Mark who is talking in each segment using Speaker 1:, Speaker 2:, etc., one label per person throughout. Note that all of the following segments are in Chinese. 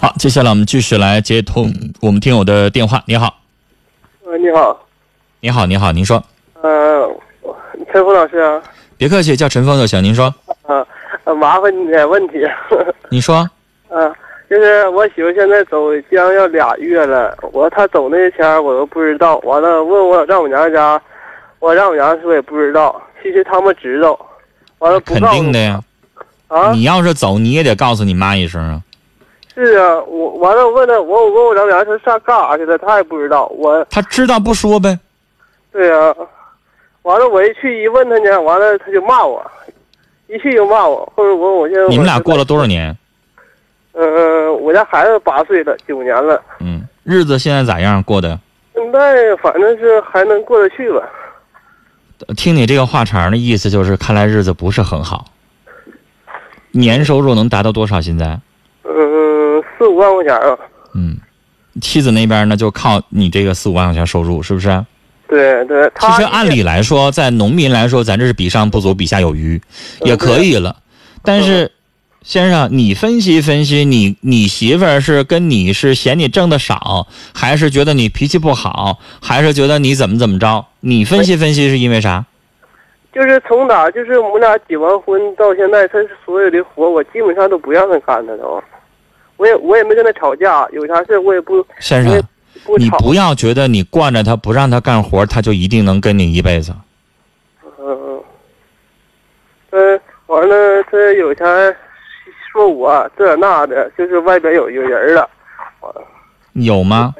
Speaker 1: 好，接下来我们继续来接通我们听友的电话。你好，
Speaker 2: 呃，你好，
Speaker 1: 你好，你好，您说，
Speaker 2: 呃，陈峰老师啊，
Speaker 1: 别客气，叫陈峰就行。您说，
Speaker 2: 呃、麻烦你点问题，
Speaker 1: 你说，
Speaker 2: 嗯、就是我媳妇现在走将要俩月了，我她走那些前儿我都不知道，完了问我丈母娘家，我丈母娘说也不知道，其实他们知道，完了不
Speaker 1: 肯
Speaker 2: 告诉
Speaker 1: 定的呀。
Speaker 2: 我啊，
Speaker 1: 你要是走，你也得告诉你妈一声啊。
Speaker 2: 是啊，我完了问了我我问我丈母娘说上干啥去了，她也不知道，我
Speaker 1: 她知道不说呗。
Speaker 2: 对啊，完了我一去一问她呢，完了她就骂我，一去就骂我，后来我我现在
Speaker 1: 你们
Speaker 2: 我
Speaker 1: 俩
Speaker 2: 知道
Speaker 1: 过了多少年？
Speaker 2: 嗯，我家孩子八岁了，九年了，
Speaker 1: 嗯，日子现在咋样过的？
Speaker 2: 现在反正是还能过得去吧。
Speaker 1: 听你这个话茬儿的意思，就是看来日子不是很好。年收入能达到多少？现在？
Speaker 2: 嗯，四五万块钱啊。
Speaker 1: 嗯，妻子那边呢，就靠你这个四五万块钱收入，是不是啊？
Speaker 2: 对对，
Speaker 1: 其
Speaker 2: 他
Speaker 1: 实按理来说，在农民来说，咱这是比上不足，比下有余，
Speaker 2: 呃
Speaker 1: 也可以了。
Speaker 2: 啊
Speaker 1: 但
Speaker 2: 嗯
Speaker 1: 是，先生，你分析分析，你你媳妇儿是跟你是嫌你挣的少，还是觉得你脾气不好，还是觉得你怎么怎么着？你分析分析是因为啥？
Speaker 2: 就是从打就是我们俩结完婚到现在，他所有的活我基本上都不让他干的都，我也我也没跟他吵架，有啥事我也不
Speaker 1: 先
Speaker 2: 我
Speaker 1: 生
Speaker 2: 也，不
Speaker 1: 啊你
Speaker 2: 吵。
Speaker 1: 不要觉得你惯着他不让他干活，他就一定能跟你一辈子。
Speaker 2: 嗯嗯，他完了，他有啥说我这那的，就是外边有有人了，
Speaker 1: 有吗？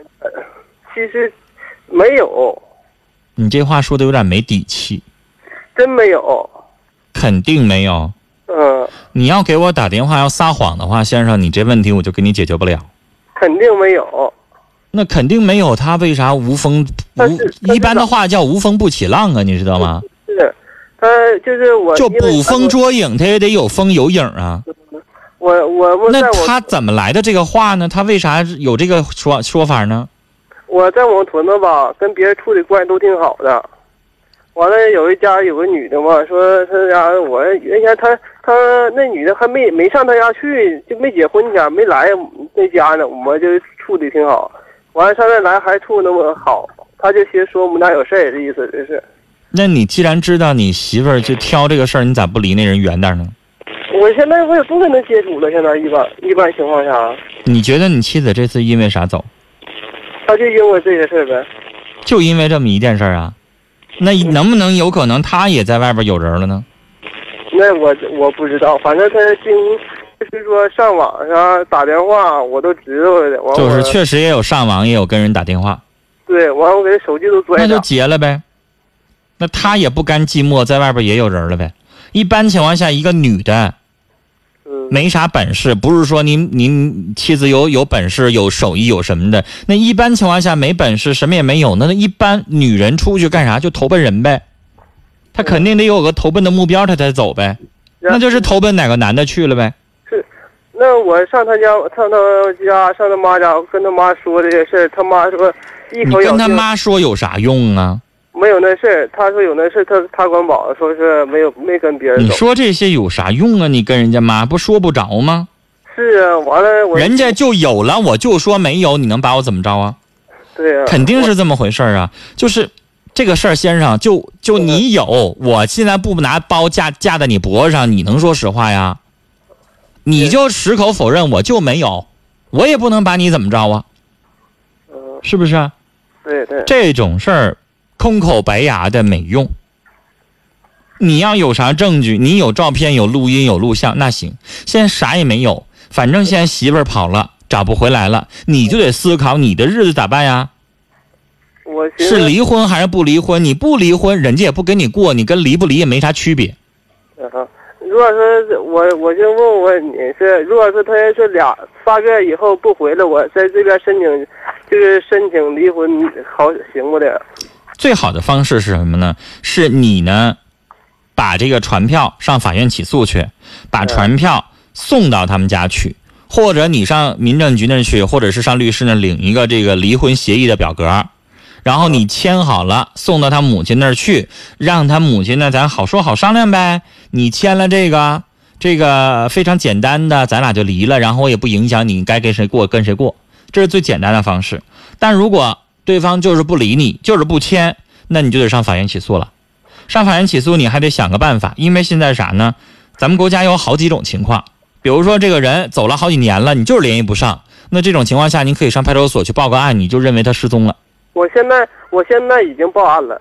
Speaker 2: 其实没有，
Speaker 1: 你这话说的有点没底气，
Speaker 2: 真没有。
Speaker 1: 肯定没有。
Speaker 2: 嗯，
Speaker 1: 你要给我打电话要撒谎的话，先生，你这问题我就给你解决不了。
Speaker 2: 肯定没有。
Speaker 1: 那肯定没有他，为啥无风
Speaker 2: 但是但
Speaker 1: 无？
Speaker 2: 是
Speaker 1: 一般的话叫无风不起浪啊，你知道吗？
Speaker 2: 是，他就是我，
Speaker 1: 就
Speaker 2: 因为
Speaker 1: 捕风捉影，他也得有风有影啊。
Speaker 2: 我我我在
Speaker 1: 那
Speaker 2: 我
Speaker 1: 他怎么来的这个话呢？他为啥有这个说说法呢？
Speaker 2: 我在我们屯子吧，跟别人处的关系都挺好的。完了，有一家有个女的嘛，说她家我原先她她那女的还没没上她家去，就没结婚前没来那家呢，我们就处的挺好。完了上那来还处那么好，她就寻思说我们俩有事儿的意思，就是
Speaker 1: 那你既然知道你媳妇儿就挑这个事儿，你咋不离那人远点儿呢？
Speaker 2: 我现在我也不跟她接触了，现在一般一般情况下，
Speaker 1: 你觉得你妻子这次因为啥走？
Speaker 2: 她就因为这些事儿呗。
Speaker 1: 就因为这么一件事儿啊？那能不能有可能他也在外边有人了呢？
Speaker 2: 那我我不知道，反正他经就是说上网上打电话，我都知道的。完我
Speaker 1: 就是确实也有上网，也有跟人打电话。
Speaker 2: 对，完我给他手机都
Speaker 1: 那
Speaker 2: 拽
Speaker 1: 就
Speaker 2: 着。
Speaker 1: 结了呗。那他也不甘寂寞，在外边也有人了呗。一般情况下，一个女的
Speaker 2: 嗯，
Speaker 1: 没啥本事，不是说您您妻子有有本事、有手艺、有什么的。那一般情况下没本事，什么也没有，那一般女人出去干啥就投奔人呗。她肯定得有个投奔的目标，她才走
Speaker 2: 嗯
Speaker 1: 呗。那就是投奔哪个男的去了呗。
Speaker 2: 那我上他家，上他家，上他妈家，我跟他妈说这些事儿，他妈说一
Speaker 1: 你
Speaker 2: 口咬
Speaker 1: 跟
Speaker 2: 定
Speaker 1: 他妈说有啥用啊？
Speaker 2: 没有那事儿，他说有那事儿，他他管保，说是没有没跟别人
Speaker 1: 你
Speaker 2: 走。
Speaker 1: 说这些有啥用啊？你跟人家妈不说不着吗？
Speaker 2: 是啊，完了我
Speaker 1: 人家就有了，我就说没有，你能把我怎么着啊？
Speaker 2: 对啊，
Speaker 1: 肯定是这么回事儿啊，就是这个事儿，先生，就就你有，我现在不拿包架架在你脖子上，你能说实话呀？你就矢口否认，我就没有，我也不能把你怎么着啊，
Speaker 2: 嗯，
Speaker 1: 是不是啊？
Speaker 2: 对对，
Speaker 1: 这种事儿，空口白牙的没用。你要有啥证据？你有照片、有录音、有录像，那行。现在啥也没有，反正现在媳妇儿跑了，找不回来了，你就得思考你的日子咋办呀？
Speaker 2: 我
Speaker 1: 是
Speaker 2: 寻思
Speaker 1: 离婚还是不离婚？你不离婚，人家也不跟你过，你跟离不离也没啥区别。
Speaker 2: 啊，如果说我我就问问你是，如果说他要是俩仨月以后不回来，我在这边申请，就是申请离婚，好行不的？
Speaker 1: 最好的方式是什么呢？是你呢，把这个传票上法院起诉去，把传票送到他们家去，或者你上民政局那儿去，或者是上律师那儿领一个这个离婚协议的表格，然后你签好了，送到他母亲那儿去，让他母亲呢，咱好说好商量呗。你签了这个，这个非常简单的，咱俩就离了，然后我也不影响你该跟谁过跟谁过，这是最简单的方式。但如果对方就是不理你，就是不签，那你就得上法院起诉了。上法院起诉你还得想个办法，因为现在啥呢？咱们国家有好几种情况，比如说这个人走了好几年了，你就是联系不上，那这种情况下，你可以上派出所去报个案，你就认为他失踪了。
Speaker 2: 我现在我现在已经报案了，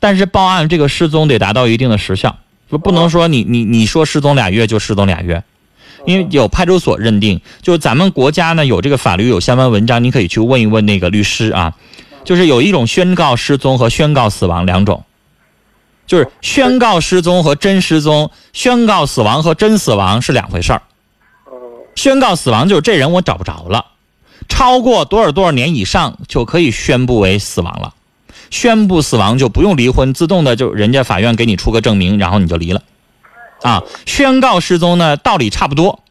Speaker 1: 但是报案这个失踪得达到一定的时效，就不能说你你你说失踪俩月就失踪俩月，因
Speaker 2: 嗯
Speaker 1: 为有派出所认定，就是咱们国家呢有这个法律有相关文章，你可以去问一问那个律师啊，就是有一种宣告失踪和宣告死亡两种，就是宣告失踪和真失踪，宣告死亡和真死亡是两回事儿。
Speaker 2: 嗯，
Speaker 1: 宣告死亡就是这人我找不着了，超过多少多少年以上就可以宣布为死亡了。宣布死亡就不用离婚，自动的就人家法院给你出个证明，然后你就离了。啊，宣告失踪呢，道理差不多，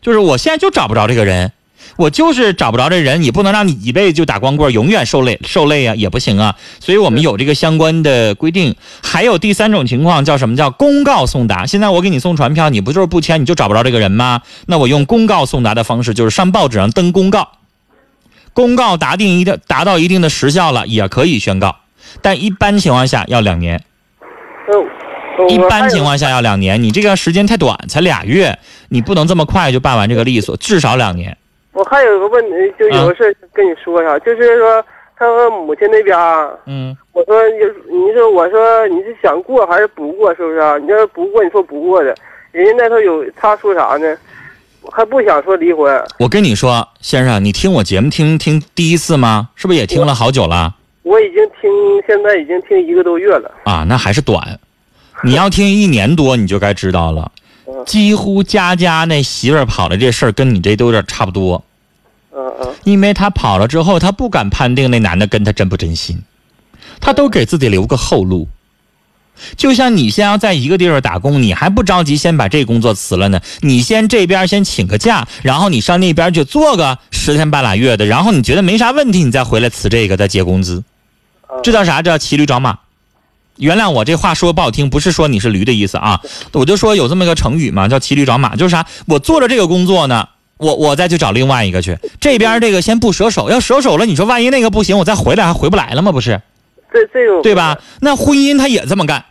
Speaker 1: 就是我现在就找不着这个人，我就是找不着这人，也不能让你一辈子就打光棍，永远受累受累啊，也不行啊。所以我们有这个相关的规定。还有第三种情况叫什么？叫公告送达。现在我给你送传票，你不就是不签，你就找不着这个人吗？那我用公告送达的方式，就是上报纸上登公告，公告达定一定达到一定的时效了，也可以宣告。但一般情况下要两年，一般情。
Speaker 2: 那嗯我还有
Speaker 1: 况下要两年。你这个时间太短，才俩月，你不能这么快就办完这个利索，至少两年。
Speaker 2: 我还有一个问题，就
Speaker 1: 啊
Speaker 2: 有个事儿跟你说一下，就是说他和母亲那边儿，
Speaker 1: 嗯，
Speaker 2: 我说你你说我说你是想过还是不过，是不是、啊？你要是不过，你说不过的，人家那头有他说啥呢？还不想说离婚，
Speaker 1: 我跟你说，先生，你听我节目听听第一次吗？是不是也听了好久了
Speaker 2: 我已经听现在已经听一个多月了，
Speaker 1: 啊？那还是短。你要听一年多，你就该知道了
Speaker 2: 嗯。
Speaker 1: 几乎家家那媳妇儿跑了这事儿，跟你这都有点差不多。
Speaker 2: 嗯嗯
Speaker 1: 因为他跑了之后，他不敢判定那男的跟他真不真心，他都给自己留个后路。就像你先要在一个地方打工，你还不着急先把这工作辞了呢？你先这边先请个假，然后你上那边去做个十天半拉月的，然后你觉得没啥问题，你再回来辞这个再结工资，
Speaker 2: 嗯，
Speaker 1: 这叫啥？这叫骑驴找马。原谅我这话说不好听，不是说你是驴的意思啊，我就说有这么个成语嘛，叫骑驴找马，就是啥？我做了这个工作呢，我我再去找另外一个去，这边这个先不舍手，要舍手了，你说万一那个不行，我再回来还回不来了吗？不是，
Speaker 2: 这这种
Speaker 1: 对吧？？那婚姻他也这么干，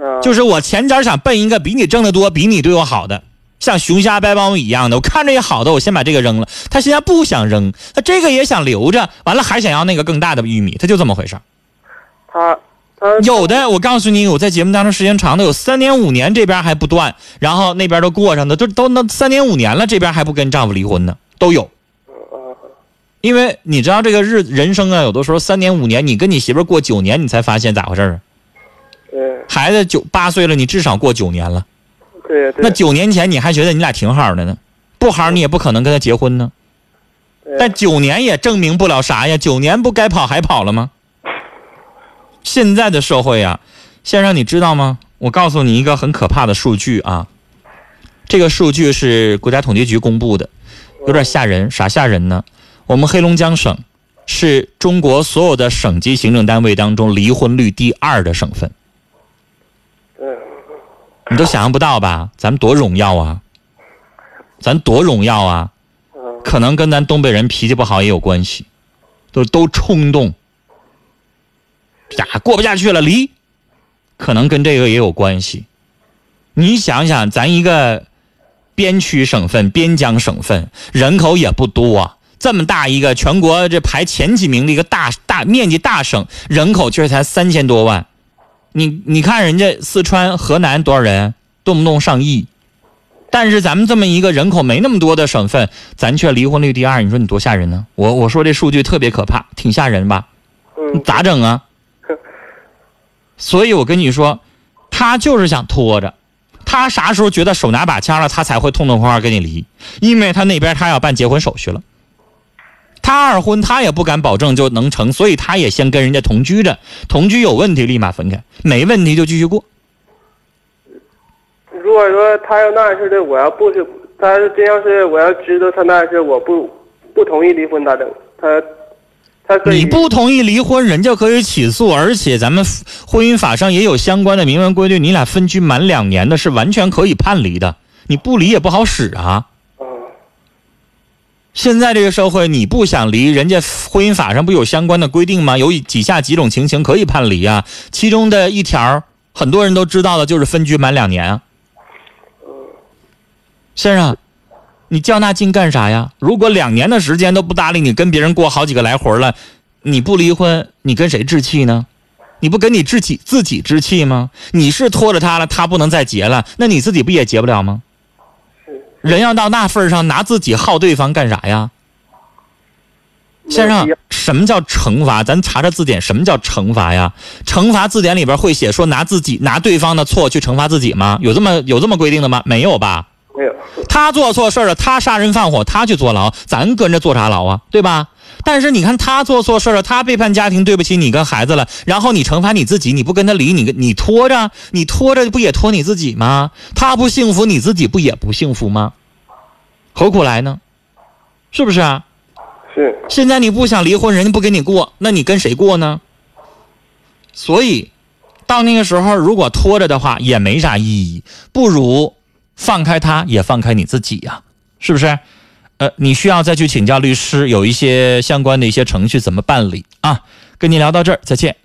Speaker 2: 嗯，
Speaker 1: 就是我前脚想奔一个比你挣得多、比你对我好的，像熊瞎掰苞米一样的，我看着也好的，我先把这个扔了。他现在不想扔，他这个也想留着，完了还想要那个更大的玉米，他就这么回事儿。
Speaker 2: 他他
Speaker 1: 有的，我告诉你，我在节目当中时间长的有三年五年，这边还不断，然后那边都过上的，都都那三年五年了，这边还不跟丈夫离婚呢，都有。
Speaker 2: 嗯
Speaker 1: 因为你知道这个日人生啊，有的时候三年五年，你跟你媳妇儿过九年，你才发现咋回事儿啊。
Speaker 2: 对
Speaker 1: 孩子九八岁了，你至少过九年了。
Speaker 2: 对对，
Speaker 1: 那九年前你还觉得你俩挺好的呢，不好你也不可能跟他结婚呢。
Speaker 2: 对
Speaker 1: 但九年也证明不了啥呀，九年不该跑还跑了吗？现在的社会呀、先生你知道吗？我告诉你一个很可怕的数据啊，这个数据是国家统计局公布的，有点吓人，啥吓人呢？我们黑龙江省是中国所有的省级行政单位当中离婚率第二的省份。
Speaker 2: 嗯
Speaker 1: 你都想象不到吧？咱们多荣耀啊！咱多荣耀啊！
Speaker 2: 嗯
Speaker 1: 可能跟咱东北人脾气不好也有关系，都都冲动，呀，过不下去了，离，可能跟这个也有关系。你想想，咱一个边区省份、边疆省份，人口也不多、啊，这么大一个全国这排前几名的一个大大面积大省，人口却才三千多万。你你看人家四川、河南多少人，动不动上亿，但是咱们这么一个人口没那么多的省份，咱却离婚率第二，你说你多吓人呢？我我说这数据特别可怕，挺吓人吧？你
Speaker 2: 嗯，
Speaker 1: 咋整啊？所以我跟你说，他就是想拖着，他啥时候觉得手拿把掐了，他才会痛痛快快跟你离，因为他那边他要办结婚手续了。他二婚，他也不敢保证就能成，所以他也先跟人家同居着，同居有问题立马分开，没问题就继续过。
Speaker 2: 如果说他要那样似的，我要不是他真要是我要知道他那样是我不不同意离婚咋整？他他可以
Speaker 1: 你不同意离婚，人家可以起诉，而且咱们婚姻法上也有相关的明文规定，你俩分居满两年的是完全可以判离的。你不离也不好使啊。
Speaker 2: 嗯，
Speaker 1: 现在这个社会，你不想离，人家婚姻法上不有相关的规定吗？有几下几种情形可以判离啊，其中的一条，很多人都知道的，就是分居满两年啊。先生，你较那劲干啥呀？如果两年的时间都不搭理你，跟别人过好几个来回了，你不离婚，你跟谁置气呢？你不跟你自己自己置气吗？你是拖着他了，他不能再结了，那你自己不也结不了吗？
Speaker 2: 是
Speaker 1: 人要到那份儿上，拿自己耗对方干啥呀？先
Speaker 2: 没有必
Speaker 1: 生
Speaker 2: 啊要，
Speaker 1: 什么叫惩罚？咱查查字典，什么叫惩罚呀？惩罚字典里边会写说拿自己拿对方的错去惩罚自己吗？有这么有这么规定的吗？没有吧？
Speaker 2: 没有，
Speaker 1: 他做错事儿了，他杀人放火，他去坐牢，咱跟着坐啥牢啊？对吧？但是你看他做错事儿了，他背叛家庭，对不起你跟孩子了，然后你惩罚你自己，你不跟他离，你跟你拖着，你拖着不也拖你自己吗？他不幸福，你自己不也不幸福吗？何苦来呢？是不是啊？
Speaker 2: 是
Speaker 1: 现在你不想离婚，人家不跟你过，那你跟谁过呢？所以，到那个时候如果拖着的话，也没啥意义，不如放开他，也放开你自己呀、是不是？呃，你需要再去请教律师，有一些相关的一些程序怎么办理啊？跟您聊到这儿，再见。